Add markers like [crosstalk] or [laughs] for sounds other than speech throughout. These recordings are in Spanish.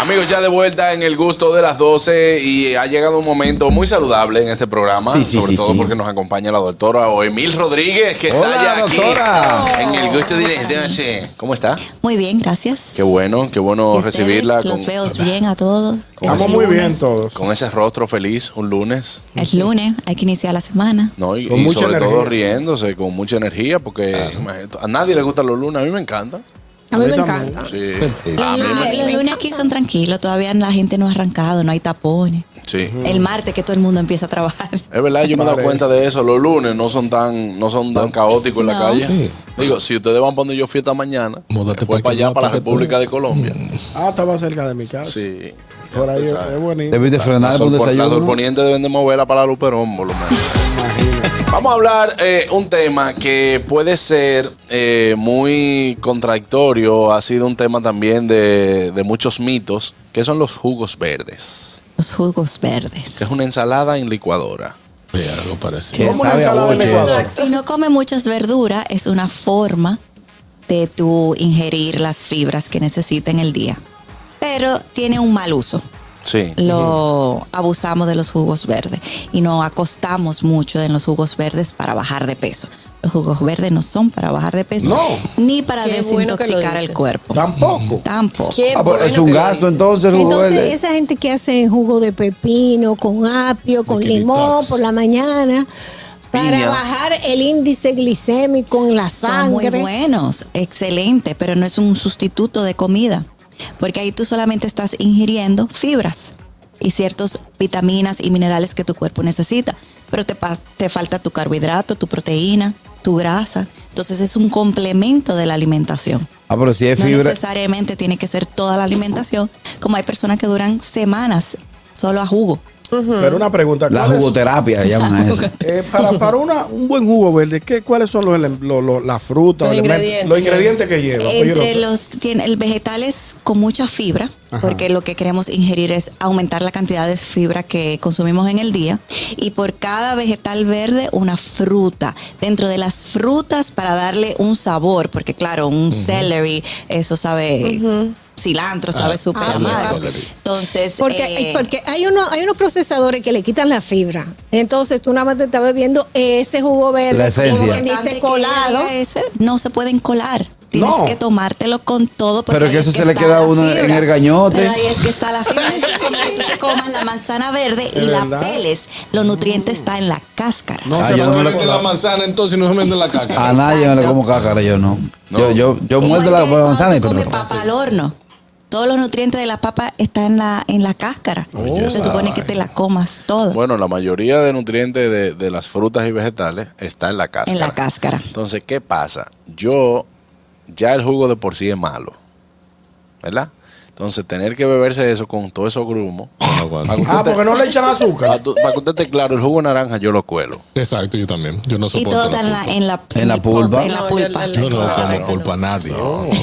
Amigos, ya de vuelta en el gusto de las 12 y eh, ha llegado un momento muy saludable en este programa, Sí, sí, sobre sí, todo sí. porque nos acompaña la doctora Emil Rodríguez, que Hola, está ya doctora. aquí en el gusto de las 12. ¿Cómo está? Muy bien, gracias. Qué bueno, qué Y bueno ustedes, recibirla Los con, veo bien a todos. Estamos Es Estamos muy lunes. bien todos. con ese rostro feliz un lunes. Es lunes, hay que iniciar la semana. No, y, Con y mucha sobre todo energía. riéndose, con mucha energía, porque imagínate, a nadie le gustan los lunes, a mí me encanta. A mí A me mí también. encanta. Sí, Los a mí me- lunes- los lunes aquí son tranquilos, todavía la gente no ha arrancado, no hay tapones. sí. El martes que todo el mundo empieza a trabajar. [laughs] Es verdad, yo me he dado Parece. cuenta de eso. Los lunes no son tan, no son tan caóticos en la No. calle. Sí. Digo, si ustedes van cuando yo fui esta mañana, Módate voy pa' para que allá, no, para la pa' que tú- Mm. República de Colombia. Ah, estaba cerca de mi casa. Sí. Por ahí Ya es, tú sabes. es bonito. Debes de La, frenar por un sorpo- la desayuno. sorponiente deben de moverla para Luperón, por lo menos. Vamos a hablar eh, un tema que puede ser eh, muy contradictorio. Ha sido un tema también de, de muchos mitos, que son los jugos verdes. Los jugos verdes. Que es una ensalada en licuadora. Sí, algo parecido. ¿Cómo una Sabe a ensalada en boche. Ecuador? Si no comes muchas verduras, es una forma de tu ingerir las fibras que necesita en el día. Pero tiene un mal uso. Sí. Lo abusamos de los jugos verdes y nos acostamos mucho en los jugos verdes para bajar de peso. Los jugos verdes no son para bajar de peso ni para Qué bueno que lo desintoxicar el dice. cuerpo. Tampoco. Tampoco. Qué Ah, pero bueno es un que lo gasto hice. entonces, el jugo Entonces, verde. esa gente que hace jugo de pepino con apio, con que limón detox. por la mañana, para Piña. bajar el índice glicémico en la Son muy sangre. buenos, excelente, pero no es un sustituto de comida, porque ahí tú solamente estás ingiriendo fibras y ciertas vitaminas y minerales que tu cuerpo necesita, pero te, pas- te falta tu carbohidrato, tu proteína, tu grasa. Entonces es un complemento de la alimentación. Ah, pero si es No fibra. necesariamente tiene que ser toda la alimentación, como hay personas que duran semanas solo a jugo. Pero una pregunta. La ¿cuál es- jugoterapia llaman a eso. [laughs] eh, para para una, un buen jugo verde, ¿qué, ¿cuáles son los, ele- lo- lo- las frutas, Los los elementos- ingredientes. los ingredientes que lleva? Pues yo no Entre sé. los tiene el vegetales con mucha fibra, Ajá. porque lo que queremos ingerir es aumentar la cantidad de fibra que consumimos en el día y por cada vegetal verde una fruta. Dentro de las frutas para darle un sabor, porque claro, un celery eso sabe cilantro, sabe súper ah, amargo. celery. Entonces, Porque, eh, porque hay, uno, hay unos procesadores que le quitan la fibra. Entonces, tú nada más te estás bebiendo ese jugo La verde, esencia. como quien importante dice que colado. haga ese, no se pueden colar. Tienes No. que tomártelo con todo. Porque Pero que ahí eso es se le está queda a la uno en fibra. el gañote. Pero ahí es que está la fibra. Es como que tú te comas la manzana [laughs] verde y ¿De la verdad? peles. Los nutrientes están en la cáscara. No Ah, se lo yo no me voy lo a como. colar. manzana entonces y no se meten la caca. A nadie me le como cácara, yo no. No. Yo, yo, yo Igual muerdo la que cuando manzana y tú pero. comes papa al horno. Todos los nutrientes de la papa están en la, en la cáscara. se supone que te la comas toda Bueno, la mayoría de nutrientes de, de las frutas y vegetales está en la cáscara. en la cáscara. Entonces, ¿qué pasa? Yo, ya el jugo de por sí es malo, ¿verdad? Entonces, tener que beberse eso con todo eso grumos. No aguanto. Ah, porque no le echan azúcar. Para, tu- para que usted esté claro, el jugo de naranja yo lo cuelo. [laughs] Exacto, yo también. Yo no Y soporto. todo está en la, en la, En la el pulpa. En la No, pulpa. yo- Yo no Claro. como culpa a nadie. No, Eh,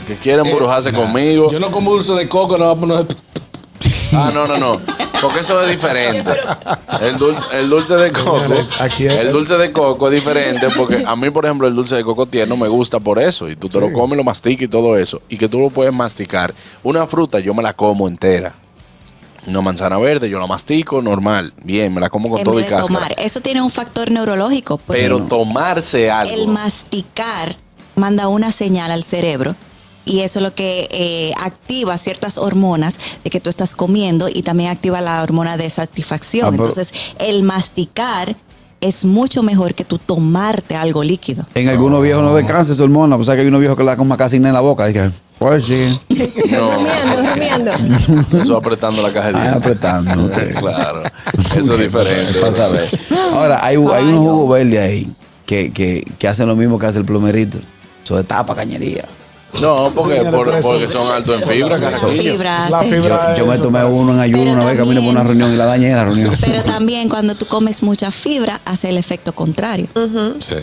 el que quiera embrujarse conmigo. Yo no como dulce de coco, no va a poner. Ah, no, no, no. Porque eso es diferente. El dulce, el dulce de coco. Aquí es- El dulce de coco es diferente porque a mí, por ejemplo, el dulce de coco tierno me gusta por eso. Y tú te lo comes, lo masticas y todo eso. Y que tú lo puedes masticar. Una fruta yo me la como entera. Una manzana verde yo la mastico normal. Bien, me la como con en todo y vez de cáscara. tomar. Eso tiene un factor neurológico. porque Pero no- tomarse el algo. masticar manda una señal al cerebro y eso es lo que eh, activa ciertas hormonas de que tú estás comiendo y también activa la hormona de satisfacción. Ah, pero- Entonces, el masticar es mucho mejor que tú tomarte algo líquido. En algunos viejos no descansa esa hormona. O sea que hay unos viejos que la coma casi en la boca. Dije, pues sí. [laughs] [laughs] Rumiando, No. rumiando. Eso apretando la caja de Ah, dientes. apretando, [laughs] ok. Claro. Eso es diferente. Para saber. Ahora, hay, hay unos jugos verdes ahí que, que, que hacen lo mismo que hace el plomerito. Eso de tapa, cañería. No, porque, por- porque son altos en fibra, La carajillo. fibra, La Ah, sí. Yo, fibra yo me eso, tomé pero- uno en ayuno Pero una vez camino por una también- reunión y la dañé en la reunión. Pero también cuando tú comes mucha fibra hace el efecto contrario. Sí.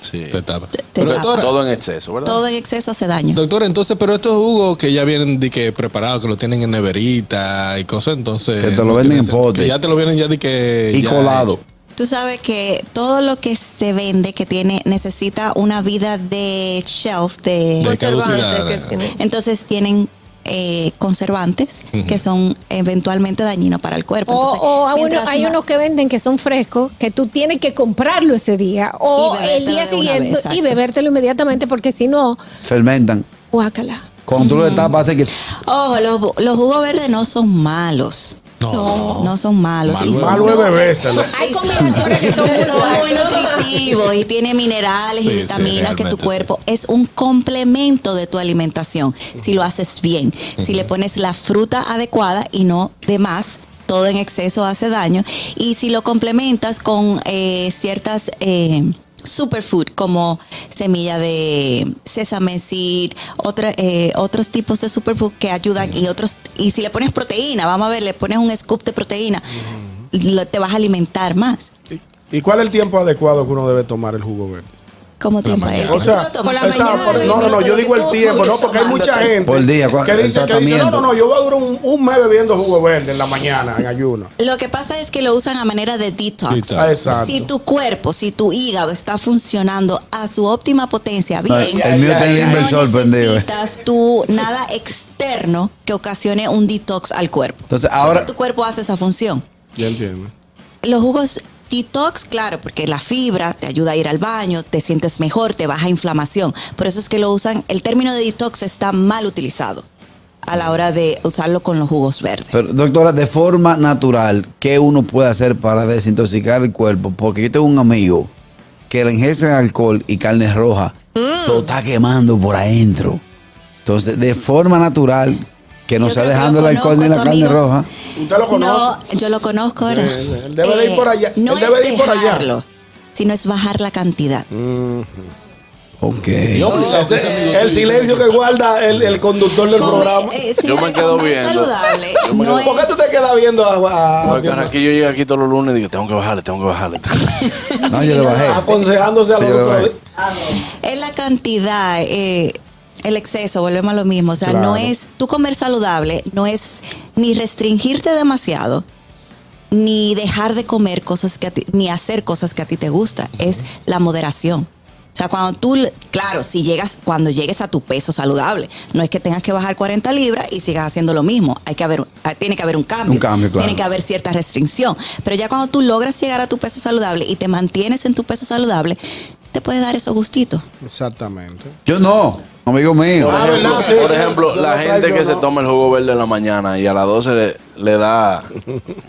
Sí. Te tapa. Te- te Pero tapa. doctora, Todo en exceso, ¿verdad? Todo en exceso hace daño. doctora, entonces, pero estos jugos que ya vienen de que preparados, que lo tienen en neverita y cosas, entonces. Que te lo no venden tiene en sentido. pote. Que ya te lo vienen ya de que. y ya colado. hecho. Tú sabes que todo lo que se vende que tiene necesita una vida de shelf, de De Conservante caducidad. que tiene. entonces tienen eh, conservantes que son eventualmente dañinos para el cuerpo. O, Entonces, o a uno- mientras Oh, hay ma- unos que venden que son frescos, que tú tienes que comprarlo ese día o Y el día bebértelo de una siguiente vez, exacto. y bebértelo inmediatamente porque si no, Fermentan. guácala. Cuando tú lo destapas, hace que. Ojo, los, bu- los jugos verdes no son malos. No. No son malos. Malo Y es- son- Malo es bebérselo. Hay combinaciones que son muy son muy buenas. nutritivos y tiene minerales Sí, y sí, vitaminas que tu realmente, cuerpo es un complemento de tu alimentación si lo haces bien, si le pones la fruta adecuada y no de más. Todo en exceso hace daño. Y si lo complementas con eh, ciertas eh, superfood como semilla de sesame seed, otra, eh, otros tipos de superfood que ayudan y otros. Y si le pones proteína, vamos a ver, le pones un scoop de proteína, lo- te vas a alimentar más. ¿Y y cuál es el tiempo adecuado que uno debe tomar el jugo verde? ¿Cómo tiempo? mañana. El O que tú sea, lo tomas. por la o sea, mañana, por- no, no, no, Lo yo que digo el tú tiempo, ¿no? duras Porque hay mucha tomándote. gente Por día, ¿cuál- que, el dice, que dice, no, no, tratamiento? no, yo voy a durar un, un mes bebiendo jugo verde en la mañana, en ayuno. Lo que pasa es que lo usan a manera de detox. Detox. Ah, Exacto. Si tu cuerpo, si tu hígado está funcionando a su óptima potencia, bien, el mío tiene el inversor, no pendejo. necesitas tú nada externo que ocasione un detox al cuerpo. Entonces, Ahora ahora. tu cuerpo hace esa función. Ya entiendo. Los jugos detox, claro, porque la fibra te ayuda a ir al baño, te sientes mejor, te baja inflamación. Por eso es que lo usan, el término de detox está mal utilizado a la hora de usarlo con los jugos verdes. Pero, doctora, de forma natural, ¿qué uno puede hacer para desintoxicar el cuerpo? Porque yo tengo un amigo que le ingestan alcohol y carne roja. Mm. Todo está quemando por adentro. Entonces, de forma natural, que no Yo sea creo que dejando el lo alcohol ni la conozco, carne tu amigo. roja. ¿Usted lo conoce? No, yo lo conozco ahora. Eh, él debe de ir por allá, No él debe es de ir por allá. dejarlo, sino es bajar la cantidad. Ok. Ese- el silencio que guarda el, el conductor del Come, programa. eh, Yo me señores, quedo coman viendo. saludable. Yo me No quedo- ¿Por qué es- tú te quedas viendo a, a- Porque aquí yo llego aquí todos los lunes y digo, tengo que bajarle, tengo que [laughs] bajarle. No, yo le bajé. aconsejándose a Sí, los yo otros? veo. es la cantidad, eh, el exceso, volvemos a lo mismo. O sea, Claro. no es tú comer saludable, no es ni restringirte demasiado, ni dejar de comer cosas que a ti, ni hacer cosas que a ti te gusta. Es la moderación. O sea, cuando tú, le- claro, si llegas, cuando llegues a tu peso saludable, no es que tengas que bajar 40 libras y sigas haciendo lo mismo. Hay que haber, ah, tiene que haber un cambio. Un cambio, claro. Tiene que haber cierta restricción. Pero ya cuando tú logras llegar a tu peso saludable y te mantienes en tu peso saludable, te puedes dar esos gustitos. Exactamente. Yo no, amigo mío. Por Ah, ejemplo, ¿verdad? Sí, por sí, ejemplo, sí, la sí, gente sí, que sí, se no. toma el jugo verde en la mañana y a las 12 le, le da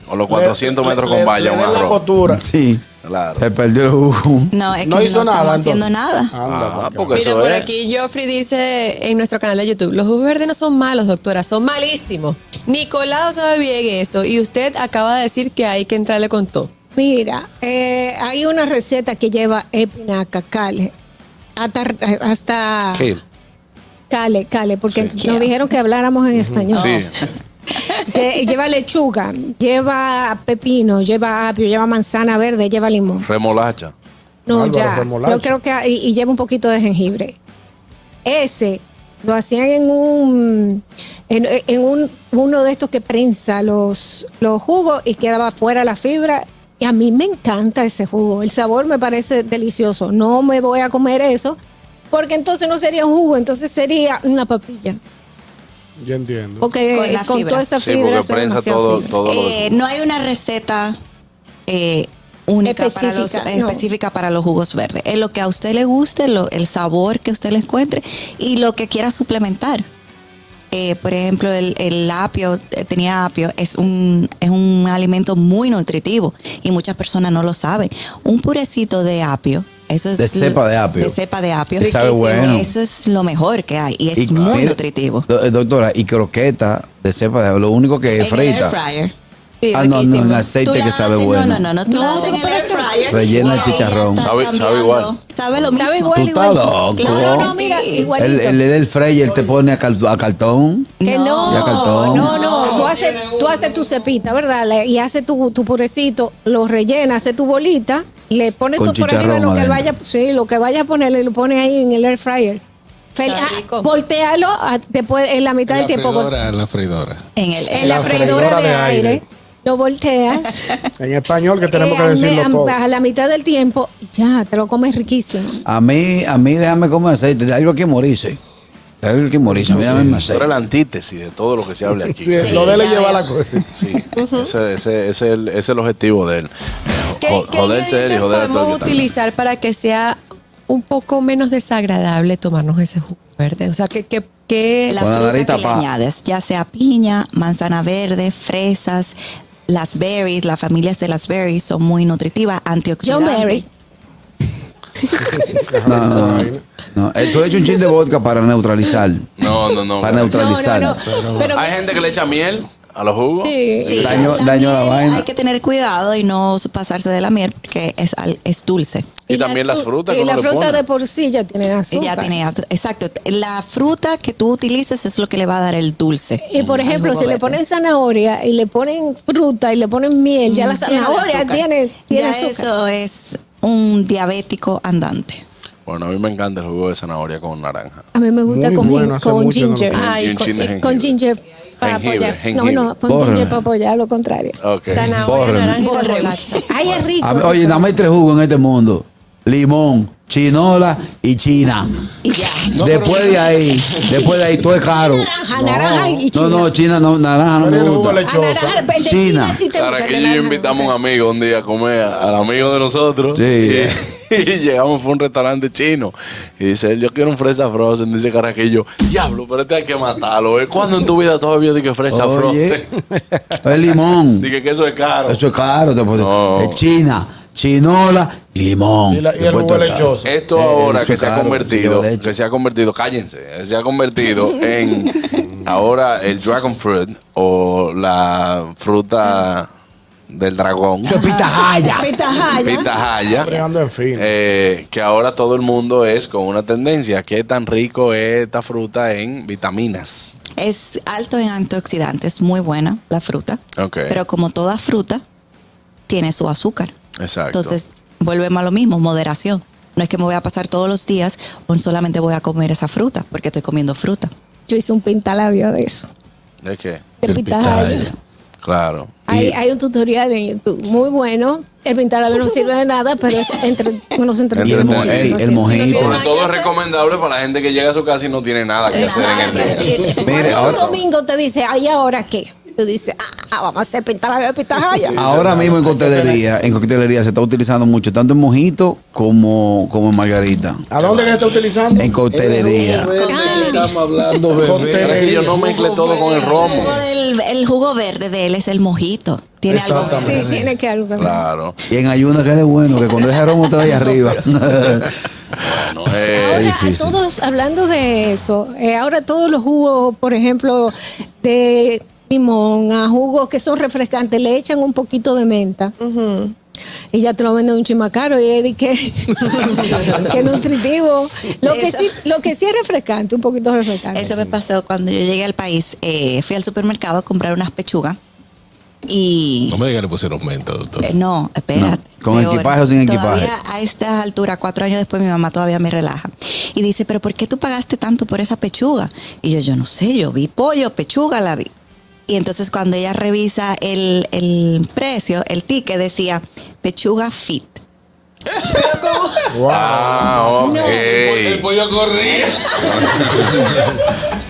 o los 400 metros Le- con valla le un den la arroz. postura. Sí, Claro. se perdió el jugo. No, es que No hizo no nada, estamos haciendo entonces. nada. Anda, Ah, porque- porque Mira, eso por es. aquí Joffrey dice en nuestro canal de YouTube, los jugos verdes no son malos, doctora, son malísimos. Nicolau sabe bien eso y usted acaba de decir que hay que entrarle con todo. Mira, eh, hay una receta que lleva espinaca, cale, hasta, hasta Gil. cale, cale, porque Sí. nos dijeron que habláramos en español. Sí. Que lleva lechuga, lleva pepino, lleva apio, lleva manzana verde, lleva limón. Remolacha. No, Álvaro ya. Remolacha. Yo creo que y, y lleva un poquito de jengibre. Ese lo hacían en un en, en un uno de estos que prensa los los jugos y quedaba fuera la fibra. Y a mí me encanta ese jugo. El sabor me parece delicioso. No me voy a comer eso porque entonces no sería un jugo, entonces sería una papilla. pues, Yo entiendo. Porque eh, Con con, la fibra. toda esa Sí, fibra porque eso es prensa demasiado todo, fibra. todo lo- Eh, no hay una receta eh, única para los- Específica, eh, no. específica para los jugos verdes. Es lo que a usted le guste, lo- el sabor que usted le encuentre y lo que quiera suplementar. Eh, por ejemplo, el, el apio, eh, tenía apio, es un, es un alimento muy nutritivo y muchas personas no lo saben. Un purecito de apio, eso es... De cepa de apio. De cepa de apio. Que sabe riquísimo. bueno. Eso es lo mejor que hay y es Y- muy mira, nutritivo. do- eh, Doctora, y croqueta de cepa de lo único que En es el eh, frita. air fryer. Sí, Ah, no, no, en riquísimo. Tú aceite la que sabe haces- bueno. No, no, no, no. Tú la No, haces en el pero air eso- fryer. Rellena de Wow. chicharrón. Estás Sabe- sabe cambiando. igual. Sabe lo mismo. Sabe igual, Tú estás igual. loco. Claro, no, mira, Sí. igualito. El, el, el fryer te pone a, cal- a cartón. Que no, Y a no, cartón. no, Tú haces, tú haces tu cepita, ¿verdad? Le- y haces tu, tu purecito, lo rellenas, haces tu bolita, le pones Con tú por arriba chicharrón lo que adentro. vaya, sí, lo que vaya a ponerle, lo pones ahí en el air fryer. Fel- Está ah, rico. voltealo ah, después en la mitad En del la tiempo. freidora, en la freidora. En el En la freidora de aire. lo volteas. En español que tenemos que eh, decirlo a, me- todo. a la mitad del tiempo, y ya, te lo comes riquísimo. A mí, a mí déjame comer aceite. De algo que morirse. De algo que morirse. A mí dame más Tú eres aceite. la antítesis de todo lo que se habla aquí. Sí, lo de él es ya llevar veo. la cosa. Sí, ese, ese- ese es el, ese es el objetivo de él. Eh, ¿Qué, jo- qué Joderse él y ingredientes joder a todo el podemos que está. utilizar para que sea un poco menos desagradable tomarnos ese jugo verde? O sea, que, que, que La Con la fruta varita, que pa. le añades, ya sea piña, manzana verde, fresas, las berries, las familias de las berries son muy nutritivas, antioxidantes. Berry. No, no, no. no. Eh, tú le echas un chin de vodka para neutralizar. No, no, no. Para neutralizar. pero- Hay gente que le echa miel a los jugos. Sí. Sí, Daño- daño la miel vaina. Hay que tener cuidado y no pasarse de la miel porque es, al- es dulce. Y también la las fru- frutas que Y uno la le fruta pone. de por sí ya tiene Y azúcar. ya tiene, at- exacto. La fruta que tú utilices es lo que le va a dar el dulce. Y por ejemplo, jugo si le verde. ponen zanahoria y le ponen fruta y le ponen miel, Mm, ya la Llena de zanahoria Mm, azúcar. tiene, tiene Ya azúcar. Eso es un diabético andante. Bueno, a mí me encanta el jugo de zanahoria con naranja. A mí me gusta Muy con, bueno, hace con mucho que no lo ginger. como. Y Ay, un con- chin de y- jengibre. con ginger para Jengibre, apoyar. jengibre. No, no, con Borra. ginger para apoyar, lo [laughs] contrario. Ok. zanahoria, Bórreme. naranja y Bórreme. remolacha. Ay, es rico. A mí- oye, dame tres jugos en este mundo. Limón, chinola y china. [laughs] Y ya. después de ahí, después de ahí todo es caro. Naranja, naranja y No, china. no, china no, naranja no me Dale el jugo gusta. Ah, naranja, el de china, China. sí te Claro, gusta, el aquí de yo naranja. invitamos a un amigo un día a comer, a- al amigo de nosotros. Sí. Y, [laughs] y llegamos a un restaurante chino. Y dice él, yo quiero un fresa frozen. Dice Carraquillo, diablo, pero este hay que matarlo. ¿eh? ¿Cuándo en tu vida tú has bebido de que fresa Oye, frozen? [laughs] el limón. Dije que eso es caro. Eso es caro. Te puedo- No. es china, chinola y limón. Y, la- y el Después jugo todo es caro. lechoso. Esto Eh, ahora eso que es se ha caro, convertido, sí, de hecho. que se ha convertido, cállense, eh, se ha [laughs] convertido en ahora el dragon fruit o la fruta del dragón, Eso es pitahaya. Pitahaya. pitahaya, Bregando en fin. eh, que ahora todo el mundo es con una tendencia, qué tan rico es esta fruta en vitaminas. Es alto en antioxidantes, muy buena la fruta. Ok. Pero como toda fruta, tiene su azúcar. Exacto. Entonces, volvemos a lo mismo, moderación. No es que me voy a pasar todos los días o solamente voy a comer esa fruta, porque estoy comiendo fruta. Yo hice un pintalabio de eso. ¿De qué? De El pitahaya. pitahaya. Claro. Hay, hay un tutorial en YouTube muy bueno. El pintalabio no sirve de nada, pero es entre unos Y el, mo- el- el mojito. Sobre todo es recomendable para la gente que llega a su casa y no tiene nada que hacer en el día. Mire, Cuando un ahora- domingo te dice, ay, ¿ahora qué? Tú dices, ah, ah, vamos a hacer pintalabio de pitahaya. Ahora mismo en coctelería, en coctelería se está utilizando mucho, tanto en mojito como, como en margarita. ¿A dónde que se está utilizando? En coctelería. Pero es que yo no mezcle todo con el El romo. jugo, del- el jugo verde de él es el mojito. Tiene algo. Exactamente. Sí, tiene que algo. Claro. Y en ayuno que es bueno, que cuando deja romo te da [laughs] ahí arriba. Bueno, eh, Ahora, a difícil. todos, hablando de eso, eh, ahora todos los jugos, por ejemplo, de limón, a jugos que son refrescantes, le echan un poquito de menta. Y ya te lo venden un chimacaro y es de que, que nutritivo. Lo que, sí, lo que sí es refrescante, un poquito refrescante. Eso me pasó cuando yo llegué al país. eh, fui al supermercado a comprar unas pechugas y. No me diga que le pusieron aumento, doctor. eh, No, espérate. No, ¿con equipaje o sin Todavía equipaje? a esta altura, cuatro años después, mi mamá todavía me relaja. Y dice, ¿pero por qué tú pagaste tanto por esa pechuga? Y yo, yo no sé, yo vi pollo, pechuga, la vi. Y entonces cuando ella revisa el, el precio, el ticket decía pechuga fit. Ah, ok. pollo corría.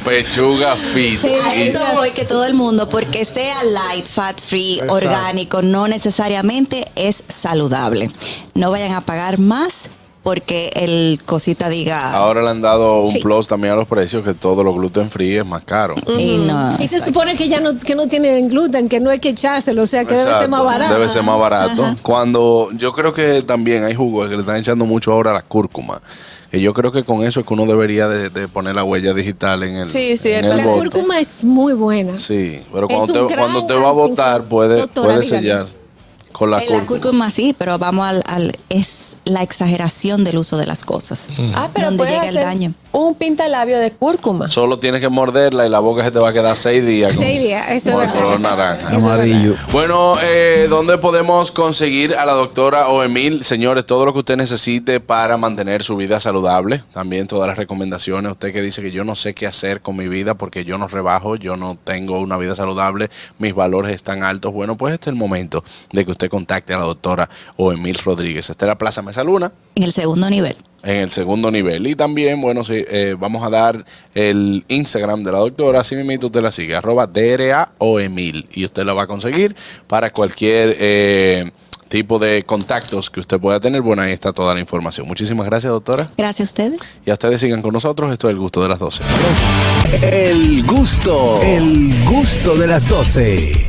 Pechuga fit. A Y- eso voy que todo el mundo, porque sea light, fat free, Exacto. orgánico, no necesariamente es saludable. No vayan a pagar más porque el cosita diga. Ahora le han dado un Sí. plus también a los precios que todo lo gluten free es más caro. Y no. Y se supone que ya no, que no tienen gluten, que no hay que echárselo, o sea que debe ser más Exacto, barato. Debe ser más barato. Cuando yo creo que también hay jugos que le están echando mucho ahora a la cúrcuma. Y yo creo que con eso es que uno debería de, de poner la huella digital en el Sí, sí, en es el La verdad. bote. cúrcuma es muy buena. Sí, pero Es cuando un te, gran cuando te va a votar antiinflamatorio. puede, Doctora, puede dígame. sellar con la Eh, La cúrcuma. cúrcuma sí, pero vamos al, al- es la exageración del uso de las cosas. Ah, pero donde Mm. puede llega el hacer- daño. un pintalabio de cúrcuma. Solo tienes que morderla y la boca se te va a quedar seis días. con- Seis días, eso con es el color verdad. naranja. Eso es Amarillo. Bueno, eh, ¿dónde podemos conseguir a la doctora o Emil? Señores, todo lo que usted necesite para mantener su vida saludable. También todas las recomendaciones. Usted que dice que yo no sé qué hacer con mi vida porque yo no rebajo, yo no tengo una vida saludable, mis valores están altos. Bueno, pues este es el momento de que usted contacte a la doctora o Emil Rodríguez. Está en la Plaza Mesa Luna En el segundo nivel. en el segundo nivel. Y también, bueno, sí, eh, vamos a dar el Instagram de la doctora. Así mismo usted la sigue, arroba DRA o Emil. Y usted la va a conseguir para cualquier eh, tipo de contactos que usted pueda tener. Bueno, ahí está toda la información. Muchísimas gracias, doctora. Gracias a ustedes. Y a ustedes sigan con nosotros. Esto es el gusto de las 12. El gusto, el gusto de las 12.